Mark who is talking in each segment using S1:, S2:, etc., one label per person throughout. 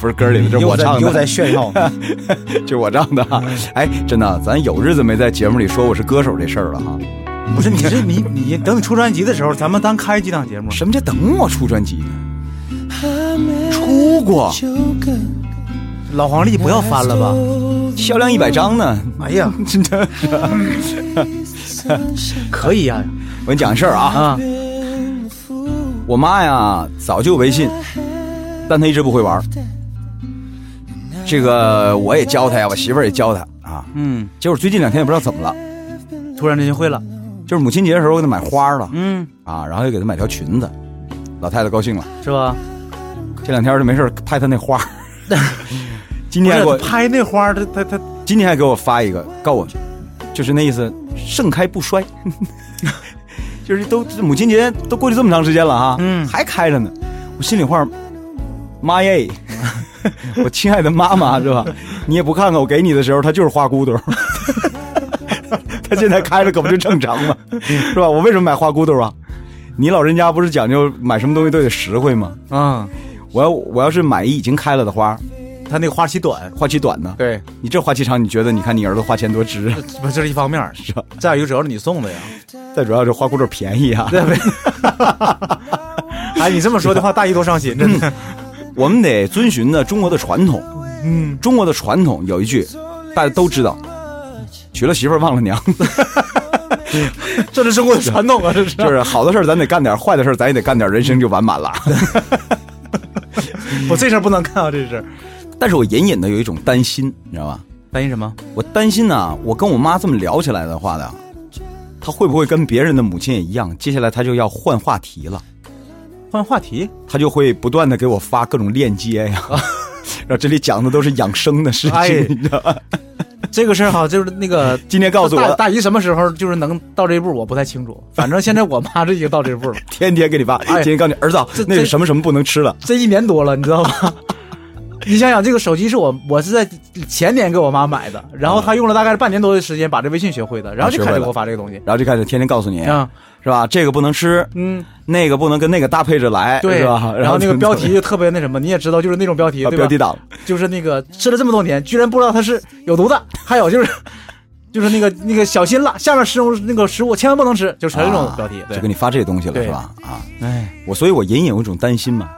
S1: 不是歌里的，这是
S2: 又
S1: 我
S2: 在
S1: 唱的，
S2: 又在 炫 耀，
S1: 这是我唱的啊。哎，真的，咱有日子没在节目里说我是歌手这事儿了哈。
S3: 不是你这你你等你出专辑的时候，咱们单开几档节目。
S1: 什么叫等我出专辑呢？
S4: 出
S1: 出过
S3: 老黄历不要翻了吧？
S1: 销量一百张呢。
S3: 哎呀，
S1: 真的，
S2: 可以
S3: 啊
S2: 呀
S1: 我跟你讲个事儿啊，
S2: 啊，
S1: 我妈呀早就有微信，但她一直不会玩儿。这个我也教她呀，我媳妇儿也教她啊。
S2: 嗯，
S1: 结果最近两天也不知道怎么了，
S2: 突然之间会了，
S1: 就是母亲节的时候我给她买花了
S2: 嗯，
S1: 啊，然后又给她买条裙子，老太太高兴了。
S2: 是吧？
S1: 这两天就没事儿拍她那 花儿， 今
S3: 不
S1: 天还
S3: 是
S1: 给我
S3: 拍那花儿，他他他
S1: 今天还给我发一个，告我，就是那意思，盛开不衰， 就是都母亲节都过去这么长时间了哈，
S2: 嗯
S1: 还开着呢，我心里话，妈耶，我亲爱的妈妈是吧？你也不看看我给你的时候，它就是花骨朵儿， 它现在开着可不就正常吗？是吧？我为什么买花骨朵儿啊？你老人家不是讲究买什么东西都得实惠吗？
S3: 嗯
S2: 啊，
S1: 我要我要是买已经开了的花，
S3: 他那花期短，
S1: 花期短呢，
S3: 对，
S1: 你这花期长，你觉得你看你儿子花钱多值？
S3: 不这是一方面儿，
S1: 是吧
S3: 再有一个主要是你送的呀。
S1: 再主要是花骨朵便宜 啊。
S3: 对呗。哎，你这么说的话，大姨多伤心，真 的。
S1: 我们得遵循呢中国的传统，
S3: 嗯，
S1: 中国的传统有一句大家都知道，娶了媳妇儿忘了娘，
S3: 这是中国的传统啊，这是。
S1: 就是好的事儿咱得干点儿，坏的事儿咱也得干点儿，人生就完满了。
S3: 我这事儿不能干啊，这事儿。
S1: 但是我隐隐的有一种担心，你知道吧？
S2: 担心什么？
S1: 我担心呢、我跟我妈这么聊起来的话呢，她会不会跟别人的母亲也一样？接下来她就要换话题了，
S2: 换话题，
S1: 她就会不断的给我发各种链接 呀。然后这里讲的都是养生的事情，
S2: 哎
S1: 你知道吧？
S2: 这个事儿哈，就是那个
S1: 今天 告诉
S2: 大
S1: 我，
S2: 大姨什么时候就是能到这一步，我不太清楚。反正现在我妈这已经到这一步了，
S1: 天天给你发，
S2: 哎
S1: 今天告诉你儿子啊
S2: 这，
S1: 那个
S2: 这
S1: 什么什么不能吃了。
S2: 这一年多了，你知道吗？ 你想想，这个手机是我我是在前年给我妈买的，然后她用了大概半年多的时间把这微信学会的，
S1: 啊
S2: 然后就开始给我发这个东西
S1: 然后就开始天天告诉你，
S2: 啊，
S1: 是吧？这个不能吃，
S2: 嗯，
S1: 那个不能跟那个搭配着来，
S2: 对，
S1: 是吧？
S2: 然后那个
S1: 就
S2: 标题就特别那什么，你也知道，就是那种标题，
S1: 啊
S2: 对吧
S1: 标题？党，
S2: 就是那个吃了这么多年，居然不知道它是有毒的，还有就是。就是那个那个小心了，下面食用那个食物千万不能吃，就全是这种标题。
S1: 就
S2: 对
S1: 给，你发啊这些东西了，
S2: 对
S1: 是吧？啊，
S2: 哎，
S1: 我所以，我隐隐有一种担心嘛，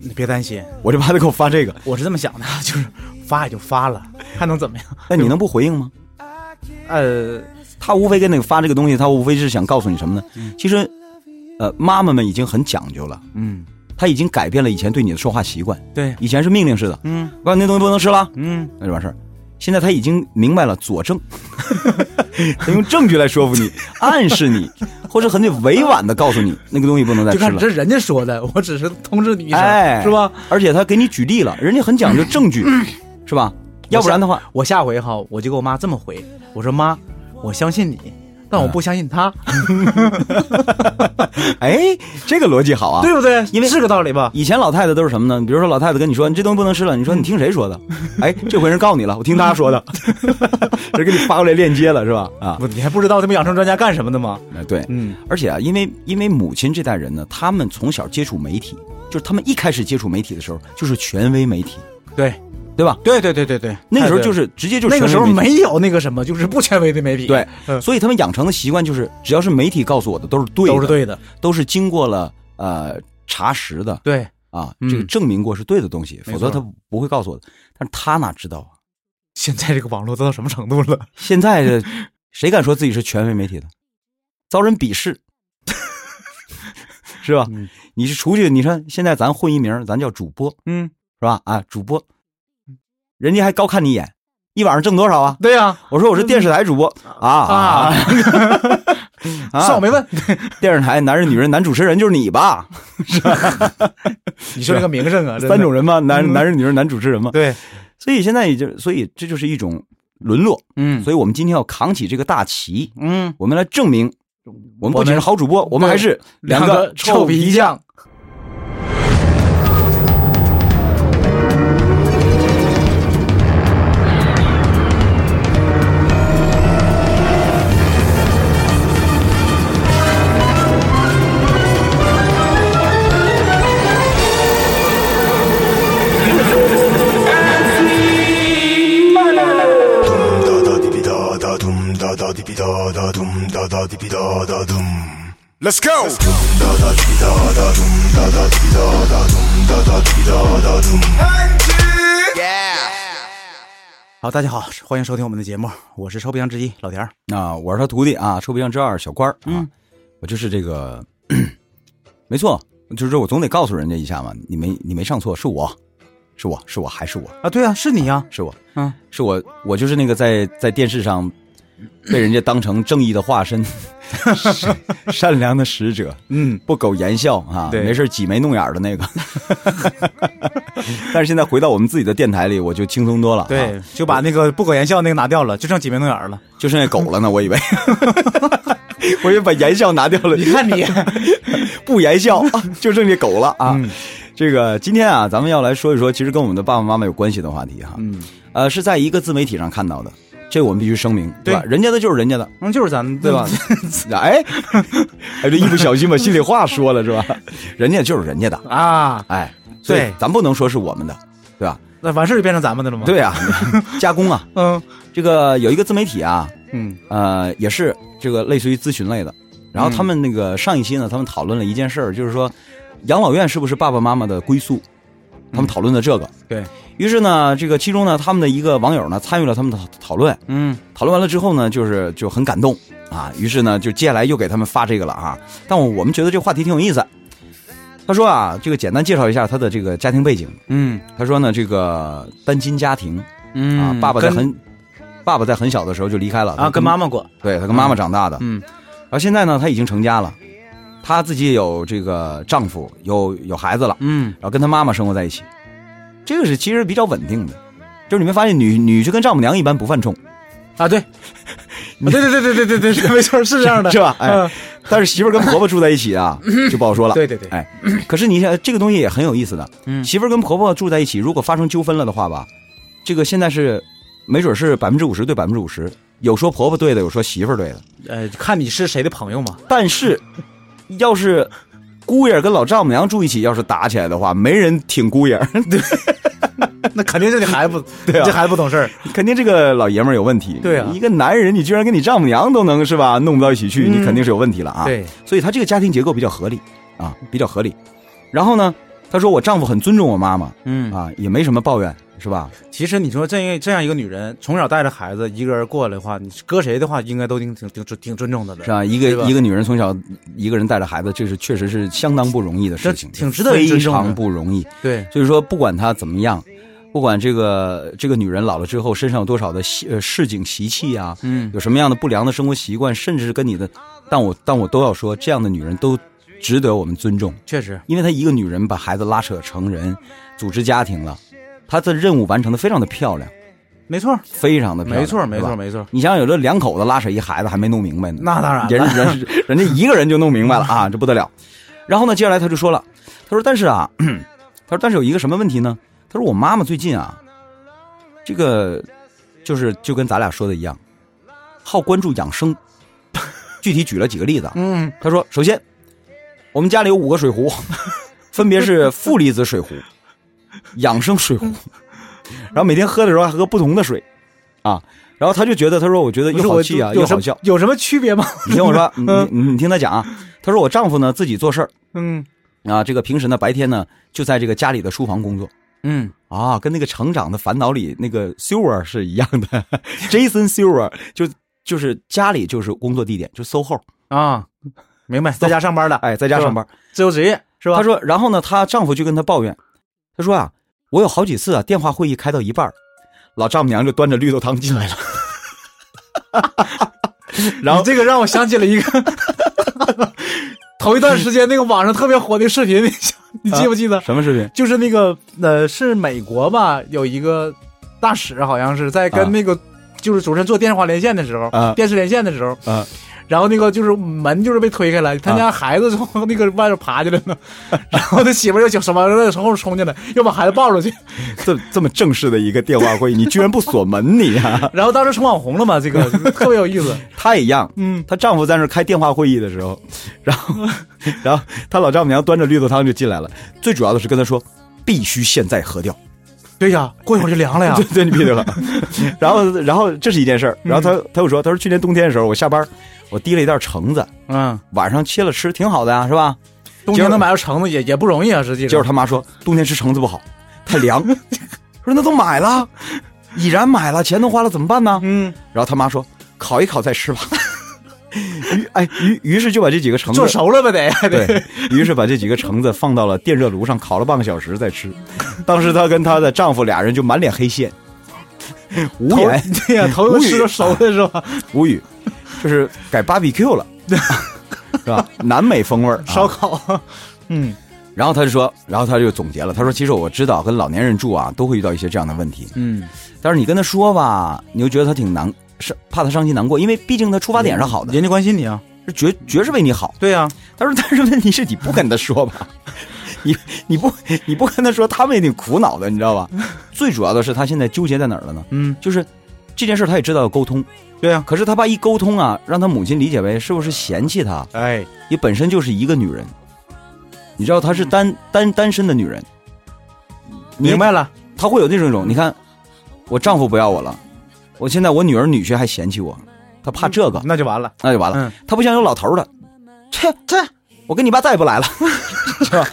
S3: 你别担心，
S1: 我就怕他给我发这个，
S2: 我是这么想的， 就是发也就发了，还能怎么样？
S1: 那哎你能不回应吗？
S2: 呃，
S1: 他无非跟那个发这个东西，他无非是想告诉你什么呢？其实，呃，妈妈们已经很讲究了，
S2: 嗯，
S1: 她已经改变了以前对你的说话习惯，
S2: 对，
S1: 以前是命令式的，
S2: 嗯
S1: 告诉你那东西不能吃了，
S2: 嗯，
S1: 那就完事儿。现在他已经明白了佐 证，他用证据来说服你，暗示你，或者很委婉的告诉你那个东西不能再
S2: 就
S1: 吃
S2: 看
S1: 了
S2: 这。人家说的，我只是通知你一声，
S1: 哎，
S2: 是吧？？嗯
S1: 而且他给你举例了，人家很讲究证据，是吧？要不然的话，
S2: 我下回哈，我就给我妈这么回，我说妈，我相信你，但我
S1: 嗯
S2: 不相信他，
S1: 哎，这个逻辑好啊。
S2: 对不对？
S1: 因为
S2: 是个道理吧？
S1: 以前老太太都是什么呢？比如说老太太跟你说你这东西不能吃了，
S2: 嗯
S1: 你说你听谁说的？哎，这回人告你了，我听他 说的，人给你发过来链接了，是吧？啊，
S2: 不，你还不知道他们养生专家干什么的吗？
S1: 哎对，
S2: 嗯，
S1: 而且啊，因为因为母亲这代人呢，他们从小接触媒体，就是他们一开始接触媒体的时候，就是权威媒体，
S2: 对，
S1: 对吧？
S2: 对对对对对，
S1: 那个时候
S2: 哎对
S1: 就是直接就是
S2: 那个时候
S1: 权威媒体
S2: 没有那个什么，就是不权威的媒体，
S1: 对，
S2: 嗯
S1: 所以他们养成的习惯就是，只要是媒体告诉我的都是对的，
S2: 都是对的，
S1: 都是经过了呃查实的
S2: 对，
S1: 啊，
S2: 嗯
S1: 这个证明过是对的东西，
S2: 没
S1: 否
S2: 错
S1: 则他不会告诉我的。但是他哪知道啊？
S2: 现在这个网络都到什么程度了？
S1: 现在这谁敢说自己是权威媒体的？遭人鄙视， 是吧？
S2: 嗯
S1: 你是出去，你看现在咱混一名儿，咱叫主播，
S2: 嗯，
S1: 是吧？啊，主播，人家还高看你一眼，一晚上挣多少啊？
S2: 对呀、
S1: 我说我是电视台主播啊
S2: 啊
S1: 啊啊！
S2: 算我没 问，
S1: 电视台男人、女人、男主持人就是你吧？
S2: 你说这个名声啊，真的
S1: 三种人嘛，男男人、女人、男主持人嘛。
S2: 对，
S1: 所以现在已经，所以这就是一种沦落。
S2: 嗯
S1: 所以我们今天要扛起这个大旗，
S2: 嗯，
S1: 我们来证明，我们不仅是好主播，我们还是两个臭皮
S2: 皮
S1: 匠。
S2: 匠。
S5: Let's go.
S2: 好，大家好，欢迎收听我们的节目，我是臭皮匠之一老田儿。
S1: 啊，我是他徒弟啊，臭皮匠之二小官儿啊，我就是这个， 没错，就是我总得告诉人家一下嘛，你没你没上错，是我，是我是我还是我
S2: 啊，对啊，是你呀、
S1: 是我，
S2: 嗯，
S1: 是我，我就是那个在在电视上被人家当成正义的化身， 善良的使者，
S2: 嗯，
S1: 不苟言笑啊，
S2: 对
S1: 没事挤眉弄眼儿的那个。 但是现在回到我们自己的电台里，我就轻松多了、啊，
S2: 对，，就把那个不苟言笑那个拿掉了，就剩挤眉弄眼儿了。
S1: 就剩下狗了呢，我以为。 我以为把言笑拿掉了，
S6: 你看你，
S1: 不言笑，就剩这狗了啊。这个今天啊，咱们要来说一说，其实跟我们的爸爸妈妈有关系的话题哈。
S2: 嗯
S1: 呃，是在一个自媒体上看到的，这我们必须声明，对吧？人家的就是人家的，
S2: 嗯，就是咱们
S1: 对吧？？哎， 哎，这一不小心把心里话说了是吧？人家就是人家的，
S2: 啊，
S1: 哎，所以
S2: 对
S1: 咱不能说是我们的，对吧？
S2: 那完事儿就变成咱们的了吗？，
S1: 对啊， 加工啊，
S2: 嗯
S1: 这个有一个自媒体啊，
S2: 嗯
S1: 呃，也是这个类似于咨询类的。然后他们那个上一期呢，
S2: 嗯
S1: 他们讨论了一件事儿，就是说养老院是不是爸爸妈妈的归宿？他们讨论的这个。
S2: 嗯对
S1: 于是呢，这个其中呢，他们的一个网友呢参与了他们的讨论，
S2: 嗯，
S1: 讨论完了之后呢，就是就很感动啊。于是呢，就接下来又给他们发这个了啊。但我我们觉得这个话题挺有意思。他说啊，这个简单介绍一下他的这个家庭背景。
S2: 嗯
S1: 他说呢，这个单亲家庭
S2: 嗯
S1: 啊，爸爸在
S2: 跟
S1: 很爸爸在很小的时候就离开了
S2: 啊跟妈妈过，
S1: 对他跟妈妈长大的，
S2: 嗯
S1: 然后现在呢，他已经成家了，他自己也有这个丈夫，有有孩子了，
S2: 嗯
S1: 然后跟他妈妈生活在一起，这个是其实比较稳定的，就是你没发现女女婿跟丈母娘一般不犯冲，
S2: 啊， 对，啊对对对对对对对，没错，是这样的，
S1: 是吧？哎，
S2: 嗯，
S1: 但是媳妇儿跟婆婆住在一起啊，就不好说了。
S2: 对对对，
S1: 哎，可是你想这个东西也很有意思的，
S2: 嗯
S1: 媳妇儿跟婆婆住在一起，如果发生纠纷了的话吧，这个现在是没准是百分之五十对百分之五十，有说婆婆对的，有说媳妇儿对的。
S2: 呃，看你是谁的朋友嘛，
S1: 但是，要是姑爷儿跟老丈母娘住一起，要是打起来的话，没人挺姑爷儿，
S2: 那肯定是你孩 子不，
S1: 对啊
S2: 这孩子不懂事儿，
S1: 肯定这个老爷们儿有问题。
S2: 对啊
S1: 一个男人，你居然跟你丈母娘都能是吧，弄不到一起去，你肯定是有问题了啊。，
S2: 嗯对，嗯
S1: 所以他这个家庭结构比较合理啊，比较合理。然后呢，他说我丈夫很尊重我妈妈
S2: 嗯
S1: 啊，也没什么抱怨，是吧？
S2: 其实你说这样这样一个女人，从小带着孩子一个人过来的话，你搁谁的话，应该都挺挺挺尊挺尊重她的，
S6: 啊
S1: 是吧？一
S2: 对吧
S1: 个一个女人从小一个人带着孩子，这是确实是相当不容易的事
S2: 这
S1: 情，
S2: 挺值得人
S1: 非
S2: 尊重的
S1: 常不容易。
S2: 对，
S1: 所以说，不管她怎么样，不管这个这个女人老了之后身上有多少的习呃市井习气啊，
S2: 嗯，
S1: 有什么样的不良的生活习惯，甚至是跟你的，但我但我都要说，这样的女人都值得我们尊重，
S2: 确实，
S1: 因为她一个女人把孩子拉扯成人，组织家庭了，她的任务完成的非常的漂亮，
S2: 没错，
S1: 非常的漂亮，
S2: 没错，
S1: 对吧
S2: 没错，。没错，
S1: 你想想，有这两口子拉扯一孩子还没弄明白呢，
S2: 那当然了
S1: 啊人人 人家一个人就弄明白了啊，这不得了。然后呢，接下来他就说了，他说：“但是啊， 咳他说但是有一个什么问题呢？他说我妈妈最近啊，这个就是就跟咱俩说的一样，好关注养生。 具体举了几个例子啊，
S2: 嗯，
S1: 他说：“首先，我们家里有五个水壶， 分别是负离子水壶、养生水壶，然后每天喝的时候还喝不同的水，啊。”然后他就觉得，他说：“我觉得
S6: 不
S1: 又
S6: 是
S1: 好
S6: 我
S1: 气啊，
S6: 有
S1: 又
S6: 什
S1: 好
S6: 么
S1: 笑。
S6: 有什么区别吗？”
S1: 你听 我说，你你你听他讲啊。他说：“我丈夫呢自己做事儿
S2: 嗯
S1: 啊，这个平时呢白天呢就在这个家里的书房工作
S2: 嗯，
S1: 啊，跟那个《成长的烦恼》里那个 Silver 是一样的 ，Jason Silver 就就是家里就是工作地点，就 SOHO，
S2: 啊，明白，在家上班的，
S1: 哎，在家上班。”
S2: 自由职业是吧？
S1: 她说，然后呢，她丈夫就跟她抱怨，她说啊，我有好几次啊，电话会议开到一半儿，老丈母娘就端着绿豆汤进来了。然后
S6: 你这个让我想起了一 个头一段时间那个网上特别火的视频，你想 你记不记得？
S1: 啊什么视频？
S6: 就是那个呃，是美国吧，有一个大使好像是在
S1: 啊
S6: 跟那个、就是主持人做电话连线的时候，
S1: 啊
S6: 电视连线的时候，
S1: 啊
S6: 然后那个就是门就是被推开了，他家孩子从那个外边爬进来 了，然后他媳妇儿又从什么从后冲进来，又把孩子抱出去，
S1: 这这么正式的一个电话会议，你居然不锁门你啊？
S6: 然后当时成网红了嘛，这个特别有意思，
S1: 她也一样，
S6: 嗯，
S1: 她丈夫在那儿开电话会议的时候， 然后然后她老丈母娘端着绿豆汤就进来了，最主要的是跟她说。必须现在喝掉，
S6: 对呀，过一会儿就凉了呀
S1: 对，啊嗯对，你必须得喝。然后，然后这是一件事儿。然后她她又说，她说去年冬天的时候，我下班，我提了一袋橙子，
S6: 嗯，
S1: 晚上切了吃，挺好的呀、是吧？
S6: 冬天能买到橙子也也不容易啊，实际
S1: 结
S6: 上
S1: 果他妈说冬天吃橙子不好，太 凉。说那都买了，已然买了，钱都花了，怎么办呢？
S6: 嗯，
S1: 然后他妈说烤一烤再吃吧。 于哎于于是就把这几个橙子
S6: 做熟了吧得，
S1: 对， 于是把这几个橙子放到了电热炉上烤了半个小时 再吃。当时她跟她的丈夫俩人就满脸黑线，无
S6: 头
S1: 言
S6: 对呀，头
S1: 无
S6: 都
S1: 语
S6: 吃着熟的是吧？
S1: 无语，就是改 BBQ 了，是吧？南美风味儿、啊
S6: 烧烤， 嗯
S1: 然后他就说，然后他就总结了，他说：“其实我知道跟老年人住啊，都会遇到一些这样的问题，
S2: 嗯，
S1: 但是你跟他说吧，你又觉得他挺难，是怕他伤心难过，因为毕竟他出发点是好
S6: 嗯
S1: 的，
S2: 人家关心你啊，
S1: 是绝绝是为你好。
S2: 对呀、啊
S1: 他说，但是问题是你不跟他说吧，你你不你不跟他说，他们也挺苦恼的，你知道吧？最主要的是他现在纠结在哪儿了呢？
S2: 嗯，
S1: 就是这件事他也知道要沟通，
S2: 对呀、
S1: 可是他爸一沟通啊，让他母亲理解为是不是嫌弃他，
S2: 哎，
S1: 也本身就是一个女人，你知道她是单单单身的女人，
S6: 明白了，
S1: 她会有那种一种，你看我丈夫不要我了，我现在我女儿女婿还嫌弃我，她怕这个，
S6: 那就完了。
S1: 那就完了
S2: 嗯。
S1: 她不像有老头儿的，切这我跟你爸再也不来了，是吧？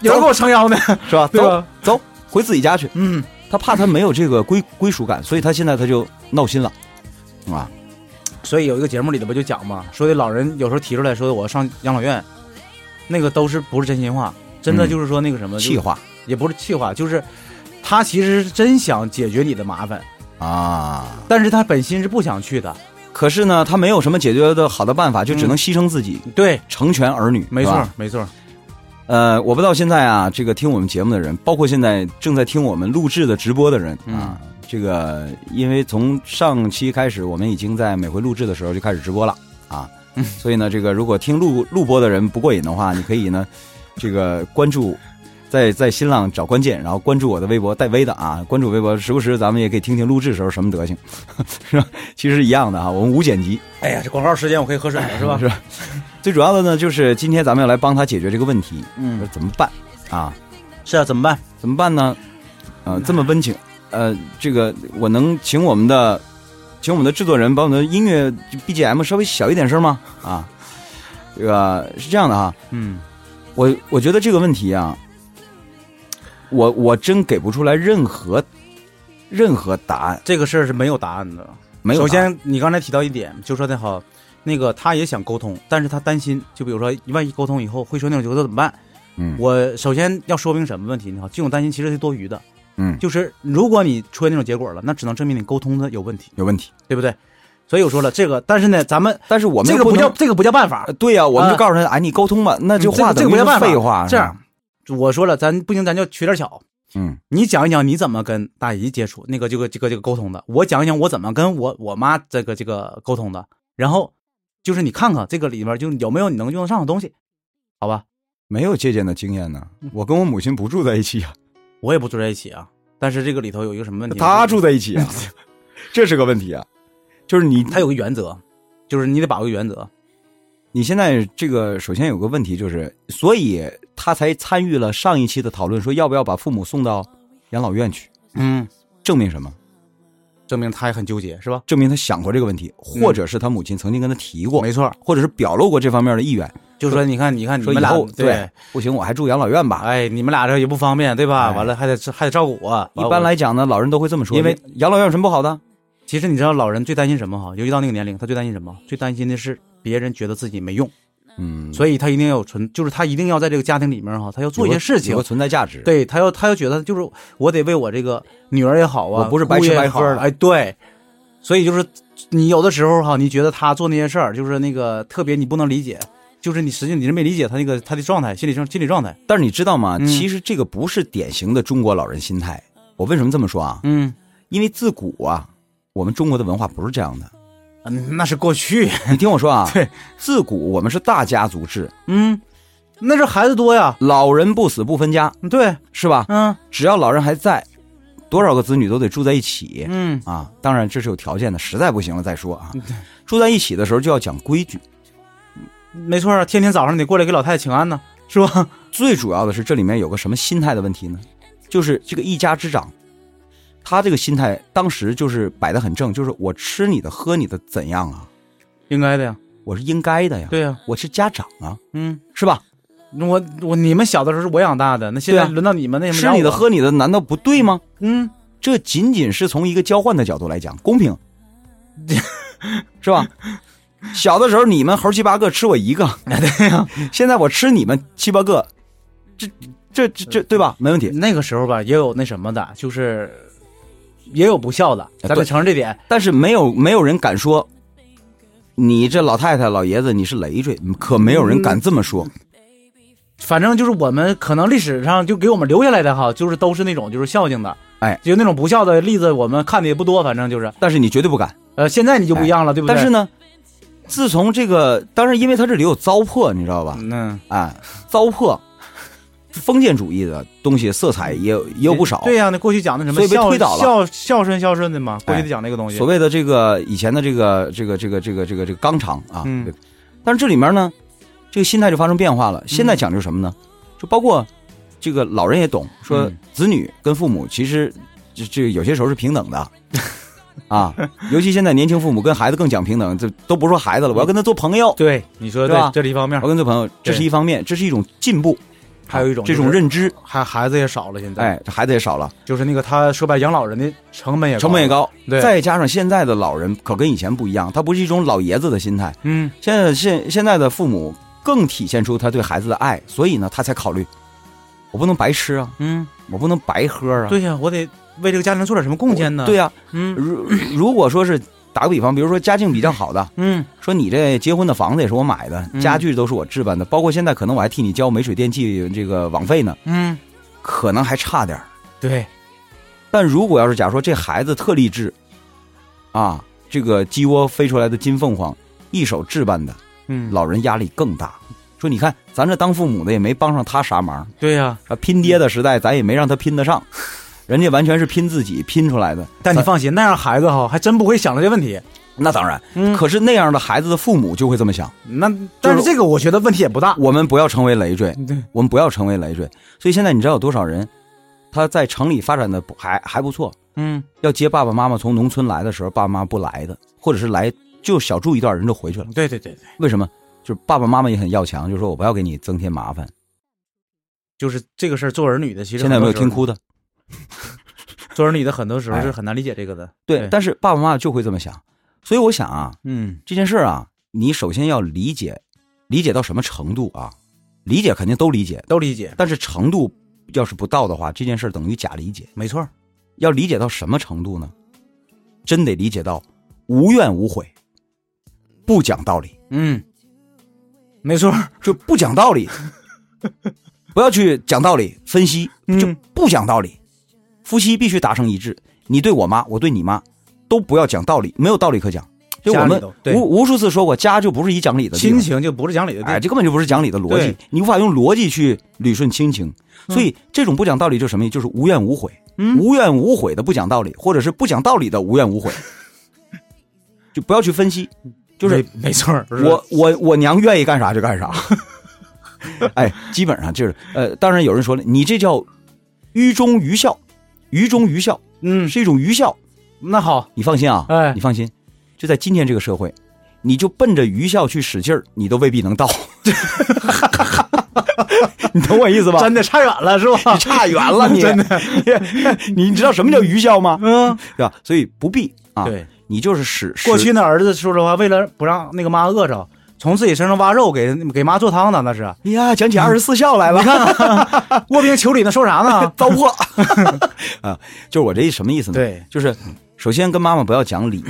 S6: 有人给我撑腰呢，
S1: 是吧？
S6: 对
S1: 走
S6: 吧？
S1: 走，回自己家去。
S6: 嗯，
S1: 她怕她没有这个归归属感，所以她现在她就闹心了，啊，
S2: 所以有一个节目里头不就讲嘛，说的老人有时候提出来说我要上养老院，那个都是不是真心话，真的
S1: 嗯
S2: 就是说那个什么，就
S1: 气话
S2: 也不是气话，就是他其实是真想解决你的麻烦，
S1: 啊。
S2: 但是他本心是不想去的。
S1: 可是呢，她没有什么解决的好的办法，就只能牺牲自己，
S2: 对，
S1: 成全儿女，
S2: 嗯没
S1: 是吧
S2: 错，没错，
S1: 呃，我不知道现在啊，这个听我们节目的人，包括现在正在听我们录制的直播的人啊，这个因为从上期开始，我们已经在每回录制的时候就开始直播了啊，所以呢，这个如果听录录播的人不过瘾的话，你可以呢，这个关注。在在新浪找关键，然后关注我的微博戴威的啊，关注微博，时不时咱们也可以听听录制时候什么德行， 是吧？其实是一样的哈、我们无剪辑，
S2: 哎呀，这广告时间我可以喝水了，是吧？
S1: 是吧？最主要的呢，就是今天咱们要来帮他解决这个问题，
S2: 嗯
S1: 说怎么办啊？
S2: 是啊，怎么办？
S1: 怎么办呢？
S6: 嗯
S1: 呃，这么温情，呃，这个我能请我们的，请我们的制作人把我们的音乐 BGM 稍微小一点声吗？啊，这个是这样的哈，
S2: 嗯，
S1: 我我觉得这个问题啊，我我真给不出来任何任何答案，
S2: 这个事儿是没有答案的。
S1: 没有答
S2: 首
S1: 案。
S2: 先，你刚才提到一点，就说的好，那个他也想沟通，但是他担心，就比如说，万一沟通以后会说那种角色怎么办？
S1: 嗯
S2: 我首先要说明什么问题呢？这种担心其实是多余的，
S1: 嗯，
S2: 就是如果你出现那种结果了，那只能证明你沟通的有问题，
S1: 有问题，
S2: 对不对？所以我说了这个，但是呢，咱们
S1: 但是我们
S6: 这
S1: 又
S6: 个不
S1: 能
S6: 叫这个不叫办法
S1: 呃，对呀、我们就
S6: 啊
S1: 告诉他，哎，你沟通吧，那这
S6: 嗯这
S1: 话
S6: 个这
S1: 等
S6: 个没
S1: 于是
S6: 办法
S1: 废话，
S2: 这样，我说了，咱不行，咱就取点巧。
S1: 嗯，
S2: 你讲一讲你怎么跟大姨接触，那个这个这个这个沟通的。我讲一讲我怎么跟我我妈这个这个沟通的。然后就是你看看这个里面就有没有你能用得上的东西，好吧？
S1: 没有借鉴的经验呢。我跟我母亲不住在一起啊，
S2: 我也不住在一起啊，但是这个里头有一个什么问题？
S1: 她住在一 起啊，这是个问题啊。就是你，
S2: 他有个原则，就是你得把握个原则。
S1: 你现在这个首先有个问题就是，所以她才参与了上一期的讨论，说要不要把父母送到养老院去，
S2: 嗯，
S1: 证明什么？
S2: 证明他也很纠结，是吧？
S1: 证明她想过这个问题，或者是她母亲曾经跟她提
S2: 嗯
S1: 过，
S2: 没错，
S1: 或者是表露过这方面的意愿，
S2: 就说你看，你看你
S1: 说
S2: 们
S1: 以
S2: 俩
S1: 后
S2: 对，
S1: 不行，我还住养老院吧。
S2: 哎，你们俩这也不方便，对吧？
S1: 哎
S2: 完了还得还得照顾我。
S1: 一般来讲呢，老人都会这么说，
S2: 因为
S1: 养老院有什么不好的？
S2: 其实你知道老人最担心什么哈？尤其到那个年龄，他最担心什么？最担心的是别人觉得自己没用，
S1: 嗯，
S2: 所以他一定要有存，就是他一定要在这个家庭里面哈，他要做一些事
S1: 有
S2: 情
S1: 个。存在价值。
S2: 对他要，他要觉得就是我得为我这个女儿也好啊，
S1: 我不是白吃
S2: 姑爷也
S1: 白喝
S2: 好
S1: 的
S2: 哎，对，所以就是你有的时候哈，你觉得他做那些事儿，就是那个特别你不能理解，就是你实际你是没理解他那个他的状态，心理状心理状态。
S1: 但是你知道吗？
S2: 嗯
S1: 其实这个不是典型的中国老人心态。我为什么这么说啊？
S2: 嗯
S1: 因为自古啊，我们中国的文化不是这样 的。
S2: 嗯，那是过去。
S1: 你听我说啊，
S2: 对，
S1: 自古我们是大家族制，
S2: 嗯，那是孩子多呀。
S1: 老人不死不分家，
S2: 对，
S1: 是吧？
S2: 嗯
S1: 只要老人还在，多少个子女都得住在一起
S2: 嗯，
S1: 啊。当然这是有条件的，实在不行了再说啊。住在一起的时候就要讲规矩，
S2: 没错啊，天天早上你得过来给老太太请安呢，是吧？
S1: 最主要的是这里面有个什么心态的问题呢？就是这个一家之长，他这个心态当时就是摆得很正，就是我吃你的喝你的怎样啊？
S2: 应该的呀。
S1: 我是应该的呀，
S2: 对呀、
S1: 我是家长啊，
S2: 嗯，
S1: 是吧？
S2: 我我你们小的时候是我养大的，那现在
S1: 对啊
S2: 轮到你们那什
S1: 吃
S2: 么
S1: 你的，喝你的，难道不对吗？
S2: 嗯，
S1: 这仅仅是从一个交换的角度来讲，公平，是吧？小的时候你们猴七八个吃我一个，
S2: 啊
S1: 对呀、现在我吃你们七八个，这这这这对吧？没问题。
S2: 那个时候吧，也有那什么的，就是也有不孝的，咱
S1: 对
S2: 得承认这点。
S1: 但是没有没有人敢说，你这老太太老爷子你是累赘，可没有人敢这么说。
S2: 嗯反正就是我们可能历史上就给我们留下来的哈，就是都是那种就是孝敬的，
S1: 哎，
S2: 就那种不孝的例子，我们看的也不多，反正就是，
S1: 但是你绝对不敢。
S2: 呃，现在你就不一样了，对不对？
S1: 但是呢，自从这个，当然因为他这里有糟粕，你知道吧？
S2: 嗯，
S1: 啊，糟粕，封建主义的东西色彩也有也
S2: 也
S1: 有不少。
S2: 对呀、那过去讲的什么
S1: 所以被
S2: 孝
S1: 推倒了
S2: 孝孝顺孝顺的嘛，过去得讲那个东西。
S1: 所谓的这个以前的这个这个这个这个这个这个纲常啊，
S2: 嗯
S1: 但是这里面呢，这个心态就发生变化了。现
S2: 嗯
S1: 在讲究什么呢？就包括这个老人也懂，说
S2: 嗯
S1: 子女跟父母其实这这有些时候是平 等的。啊，尤其现在年轻父母跟孩子更讲平等，这都不是说孩子了，我要跟他做朋友，
S2: 对，你说
S1: 对吧
S2: 对，这是一方面
S1: 我，跟他做朋友，这是一方面，这是一种进步，
S2: 还有一种
S1: 这
S2: 就是
S1: 种认知，
S2: 孩孩子也少了，现在，
S1: 哎，这孩子也少了，
S2: 就是那个他说白了养老人的成本也
S1: 成本也
S2: 高，
S1: 高，
S2: 对，
S1: 再加上现在的老人可跟以前不一样，他不是一种老爷子的心态，
S2: 嗯，
S1: 现在现现在的父母更体现出他对孩子的爱，所以呢，他才考虑，我不能白吃啊，
S2: 嗯，
S1: 我不能白喝啊，
S2: 对呀、我得为这个家庭做点什么贡献呢。嗯
S1: 对
S2: 呀、
S1: 呀、
S2: 嗯
S1: 如如果说是打个比方，比如说家境比较好的，
S2: 嗯，
S1: 说你这结婚的房子也是我买的，
S2: 嗯
S1: 家具都是我置办的，包括现在可能我还替你交煤水电气这个网费呢，
S2: 嗯，
S1: 可能还差点儿。
S2: 对，
S1: 但如果要是假如说这孩子特励志，啊，这个鸡窝飞出来的金凤凰，一手置办的，
S2: 嗯，
S1: 老人压力更大。说你看，咱这当父母的也没帮上他啥忙。
S2: 对呀、
S1: 啊，拼爹的时代，咱也没让他拼 得上，人家完全是拼自己拼出来的。
S2: 但你放心，那样孩子哈，还真不会想到这问题。
S1: 那当然，
S2: 嗯
S1: 可是那样的孩子的父母就会这么想：
S2: 那但是这个我觉得问题也不大。
S1: 我们不要成为累赘，
S2: 对，
S1: 我们不要成为累赘。所以现在你知道有多少人，他在城里发展的还还不错，
S2: 嗯，
S1: 要接爸爸妈妈从农村来的时候，爸爸妈妈不来的，或者是来就小住一段人就回去了。
S2: 对对对对，
S1: 为什么？就是爸爸妈妈也很要强，就说我不要给你增添麻烦。
S2: 就是这个事儿，做儿女的其实
S1: 现在有没有
S2: 很多时
S1: 听
S2: 候？
S1: 哭的？
S2: 做儿女的很多时候
S1: 哎
S2: 是很难理解这个的。
S1: 对，但是爸爸妈妈就会这么想。所以我想啊，
S2: 嗯
S1: 这件事儿啊，你首先要理解，理解到什么程度啊？理解肯定都理解，
S2: 都理解，
S1: 但是程度要是不到的话，这件事儿等于假理解。
S2: 没错儿。
S1: 要理解到什么程度呢？真得理解到无怨无悔，不讲道理，
S2: 嗯，没错儿。
S1: 就不讲 道理，不要去讲道理分析，
S2: 嗯
S1: 就不讲道理。夫妻必须达成一致，你对我妈，我对你妈，都不要讲道理，没有道理可讲。就我
S2: 家里
S1: 们
S2: 头对
S1: 无无数次说过，家就不是一讲理的地
S2: 亲
S1: 方。
S2: 情就不是讲理的地
S1: 哎，这根本就不是讲理的逻辑
S2: 对，
S1: 你无法用逻辑去捋顺亲情。所以这种不讲道理就是什么意思？就是无怨无悔，
S2: 嗯
S1: 无怨无悔的不讲道理，或者是不讲道理的无怨 无悔，就不要去分析，就是
S2: 没没错儿。是
S1: 我我我娘愿意干啥就干啥。 哎，基本上就是呃，当然有人说了，你这叫愚忠愚孝，愚忠愚孝
S2: 嗯，
S1: 是一种愚孝。
S2: 那好，
S1: 你放心啊，
S2: 哎
S1: 你放心，就在今天这个社会，你就奔着愚孝去使劲儿，你都未必能到。 你懂我意思吧？
S2: 真的差远了是吧？
S1: 差远了你，
S2: 真
S1: 的，你你知道什么叫愚孝吗？
S2: 嗯，
S1: 对吧？所以不必啊，
S2: 对。
S1: 你就是使
S2: 过去那儿子说实话，为了不让那个妈饿着，从自己身上挖肉给给妈做汤呢，那是
S1: 使哎呀，讲起二十四孝来了，？
S2: 啊卧冰求鲤呢，说啥呢
S1: 糟粕 啊！就是我这意什么意思呢？
S2: 对，
S1: 就是首先跟妈妈不要讲理，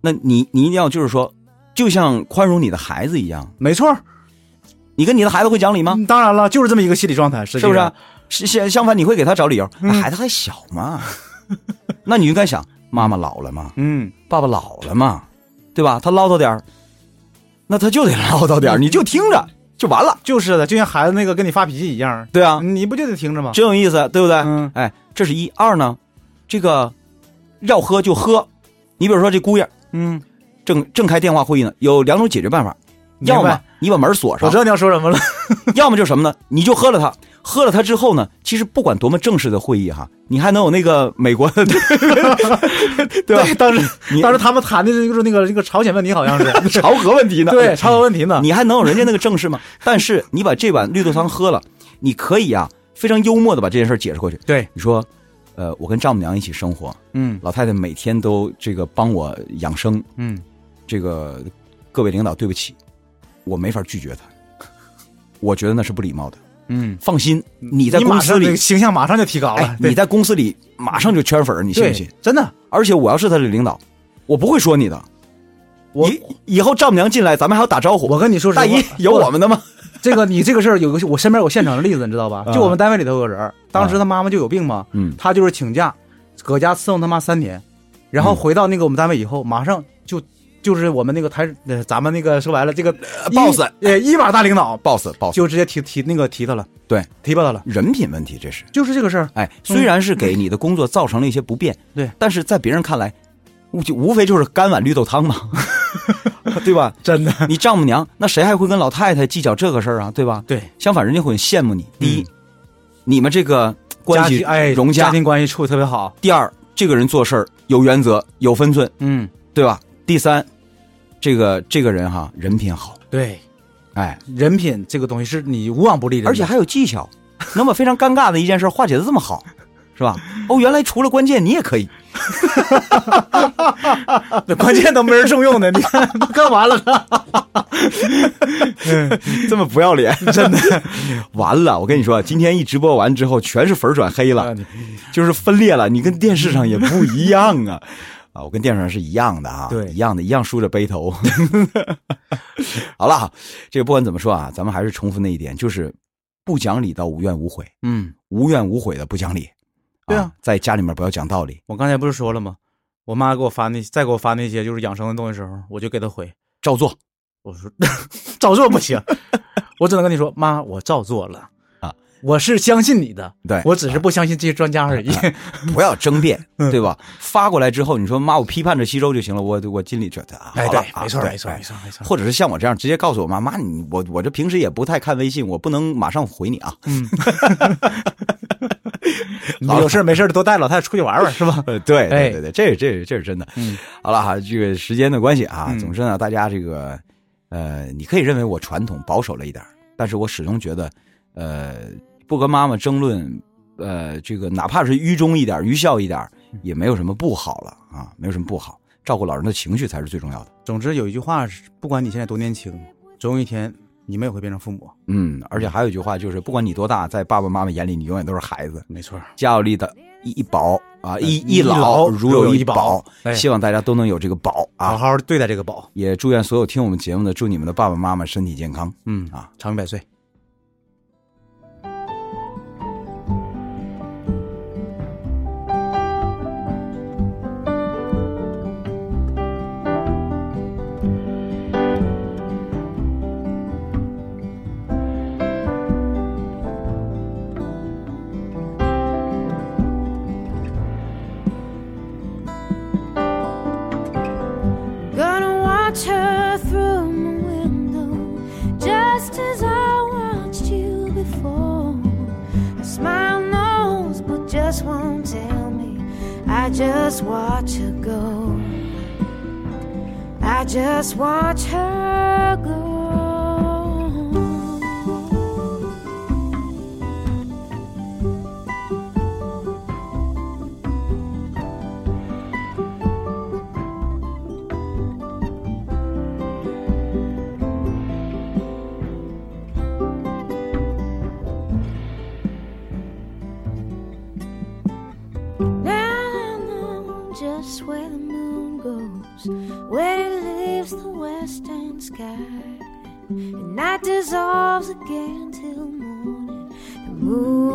S1: 那你你一定要就是说，就像宽容你的孩子一样，
S2: 没错儿，
S1: 你跟你的孩子会讲理吗？
S2: 嗯当然了，就是这么一个心理状态，是嗯
S1: 是不是啊？是相相反，你会给他找理由。啊孩子还小嘛，那你应该想，妈妈老了嘛，
S2: 嗯，
S1: 爸爸老了嘛，对吧？他唠叨点儿，那他就得唠叨
S2: 嗯
S1: 点儿，你就听着就完了，
S2: 就是的，就像孩子那个跟你发脾气一样，
S1: 对啊，
S2: 你不就得听着吗？
S1: 真有意思，对不对？
S2: 嗯
S1: 哎，这是一二呢，这个要喝就喝。你比如说这姑爷
S2: 嗯，
S1: 正正开电话会议呢，有两种解决办法，
S2: 明白
S1: 要么你把门锁
S6: 我
S1: 上
S6: 知，道你要说什么了。
S1: 要么就是什么呢？你就喝了它，喝了它之后呢，其实不管多么正式的会议哈，你还能有那个美国 的，对吧？
S6: 当时
S1: 你
S6: 当时他们谈的就是那个那个朝鲜问题，好像是
S1: 朝核问题呢？
S6: 对朝鲜问题呢。
S1: 你还能有人家那个正式吗？ 但是你把这碗绿豆汤喝了，你可以啊，非常幽默的把这件事儿解释过去。
S2: 对，
S1: 你说，呃，我跟丈母娘一起生活，
S2: 嗯
S1: 老太太每天都这个帮我养生，
S2: 嗯，
S1: 这个各位领导对不起，我没法拒绝她，我觉得那是不礼貌的。
S2: 嗯，
S1: 放心，你在
S6: 你马
S1: 公司
S6: 上那
S1: 里
S6: 个，形象马上就提高了
S1: 哎，，你在公司里马上就圈粉儿，你
S6: 你
S1: 信不信？？
S6: 真的，
S1: 而且我要是他的领导，我不会说你的。
S6: 我
S1: 以以后丈母娘进来，咱们还要打招呼。
S6: 我跟你说实话，
S1: 大姨有我们的吗？
S6: 这个你这个事儿有个我身边有现场的例子，你知道吧？
S1: 啊
S6: 就我们单位里头有个人儿，当时他妈妈就有病嘛，
S1: 嗯，
S6: 他就是请假，搁家伺候他妈三年，然后回到那个我们单位以后，马上就就是我们那个台，呃咱们那个说白了，这个一
S1: boss
S6: 呃一把大领导
S1: boss boss，
S6: 就直接提提那个提他了，
S1: 对，
S6: 提拔他了，
S1: 人品问题这是。
S6: 就是这个事儿。
S1: 哎，虽然是给你的工作造成了一些不便，
S6: 嗯对，
S1: 但是在别人看来，无就无非就是干碗绿豆 汤嘛，对吧？
S6: 真的，
S1: 你丈母娘，那谁还会跟老太太计较这个事儿啊？对吧？
S6: 对，
S1: 相反，人家会很羡慕你。第一，你们这个关系
S6: 嗯家庭哎，
S1: 融洽
S6: 家庭关系处的特别好，
S1: 第二，这个人做事儿有原则、有分寸，
S6: 嗯，
S1: 对吧？第三，这个这个人哈人品好，
S6: 对，
S1: 哎，
S6: 人品这个东西是你无往不利的，
S1: 而且还有技巧，能把非常尴尬的一件事化解的这么 好，是吧？哦，原来除了关键你也可以，
S6: 关键都没人重用的，你 看干完了，
S1: 这么不要脸， 真的，完了！我跟你说，今天一直播完之后，全是粉转黑了，就是分裂了。你跟电视上也不一样 啊。啊，我跟电视上是一样的啊，
S6: 对
S1: 一样的，一样梳着 背头。好了，这个不管怎么说啊，咱们还是重复那一点，就是不讲理到无怨无悔，
S2: 嗯，
S1: 无怨无悔的不讲理。
S2: 对啊，
S1: 在家里面不要讲道理，
S2: 我刚才不是说了吗？我妈给我发那再给我发那些就是养生的东西时候，我就给她回，
S1: 照做
S2: 我说 照做不行， 我只能跟你说，妈，我照做了
S1: 啊，
S2: 我是相信你的，
S1: 对啊
S2: 我只是不相信这些专家而已。
S1: 不要 争辩，
S2: 嗯
S1: 对吧？发过来之后，你说妈，我批判着吸收就行了，我我尽力觉得啊，
S2: 哎，
S1: 好
S2: 对
S1: 了，啊
S2: 没错，
S1: 对
S2: 没错，
S1: 哎
S2: 没错，没错。
S1: 或者是像我这样直接告诉我妈妈，你我我这平时也不太看微信，我不能马上回你啊。
S2: 嗯
S6: 有事儿没事儿多带老太太出去玩玩是吧？
S1: 呃，对对
S6: 哎
S1: 对对，这是这是这是真的。
S2: 嗯，
S1: 好了哈，这个时间的关系啊，
S2: 嗯
S1: 总之呢，大家这个呃，你可以认为我传统保守了一点儿，但是我始终觉得，呃，不跟妈妈争论，呃，这个哪怕是愚忠一点儿、愚孝一点儿，
S2: 嗯
S1: 也没有什么不好了啊，没有什么不好，照顾老人的情绪才是最重要的。
S2: 总之有一句话是，不管你现在多年轻，总有一天你们也会变成父母。
S1: 嗯，而且还有一句话就是，不管你多大，在爸爸妈妈眼里，你永远都是孩子。
S2: 没错，
S1: 家有力的一一宝啊，一
S2: 呃一
S1: 一老
S2: 老
S1: 如
S2: 如有
S1: 一
S2: 一宝哎
S1: 希望大家都能有这个宝
S2: 好
S1: 啊！
S2: 好对待这个宝。
S1: 也祝愿所有听我们节目的，祝你们的爸爸妈妈身体健康。
S2: 嗯
S1: 啊，
S2: 长命百岁。
S5: Gonna watch her through my window, just as I watched you before. Her smile knows, but just won't tell me. I just watch her go. I just watch her go. Now I know just where the moon goes, where it leaves the western sky. And night dissolves again till morning. The moon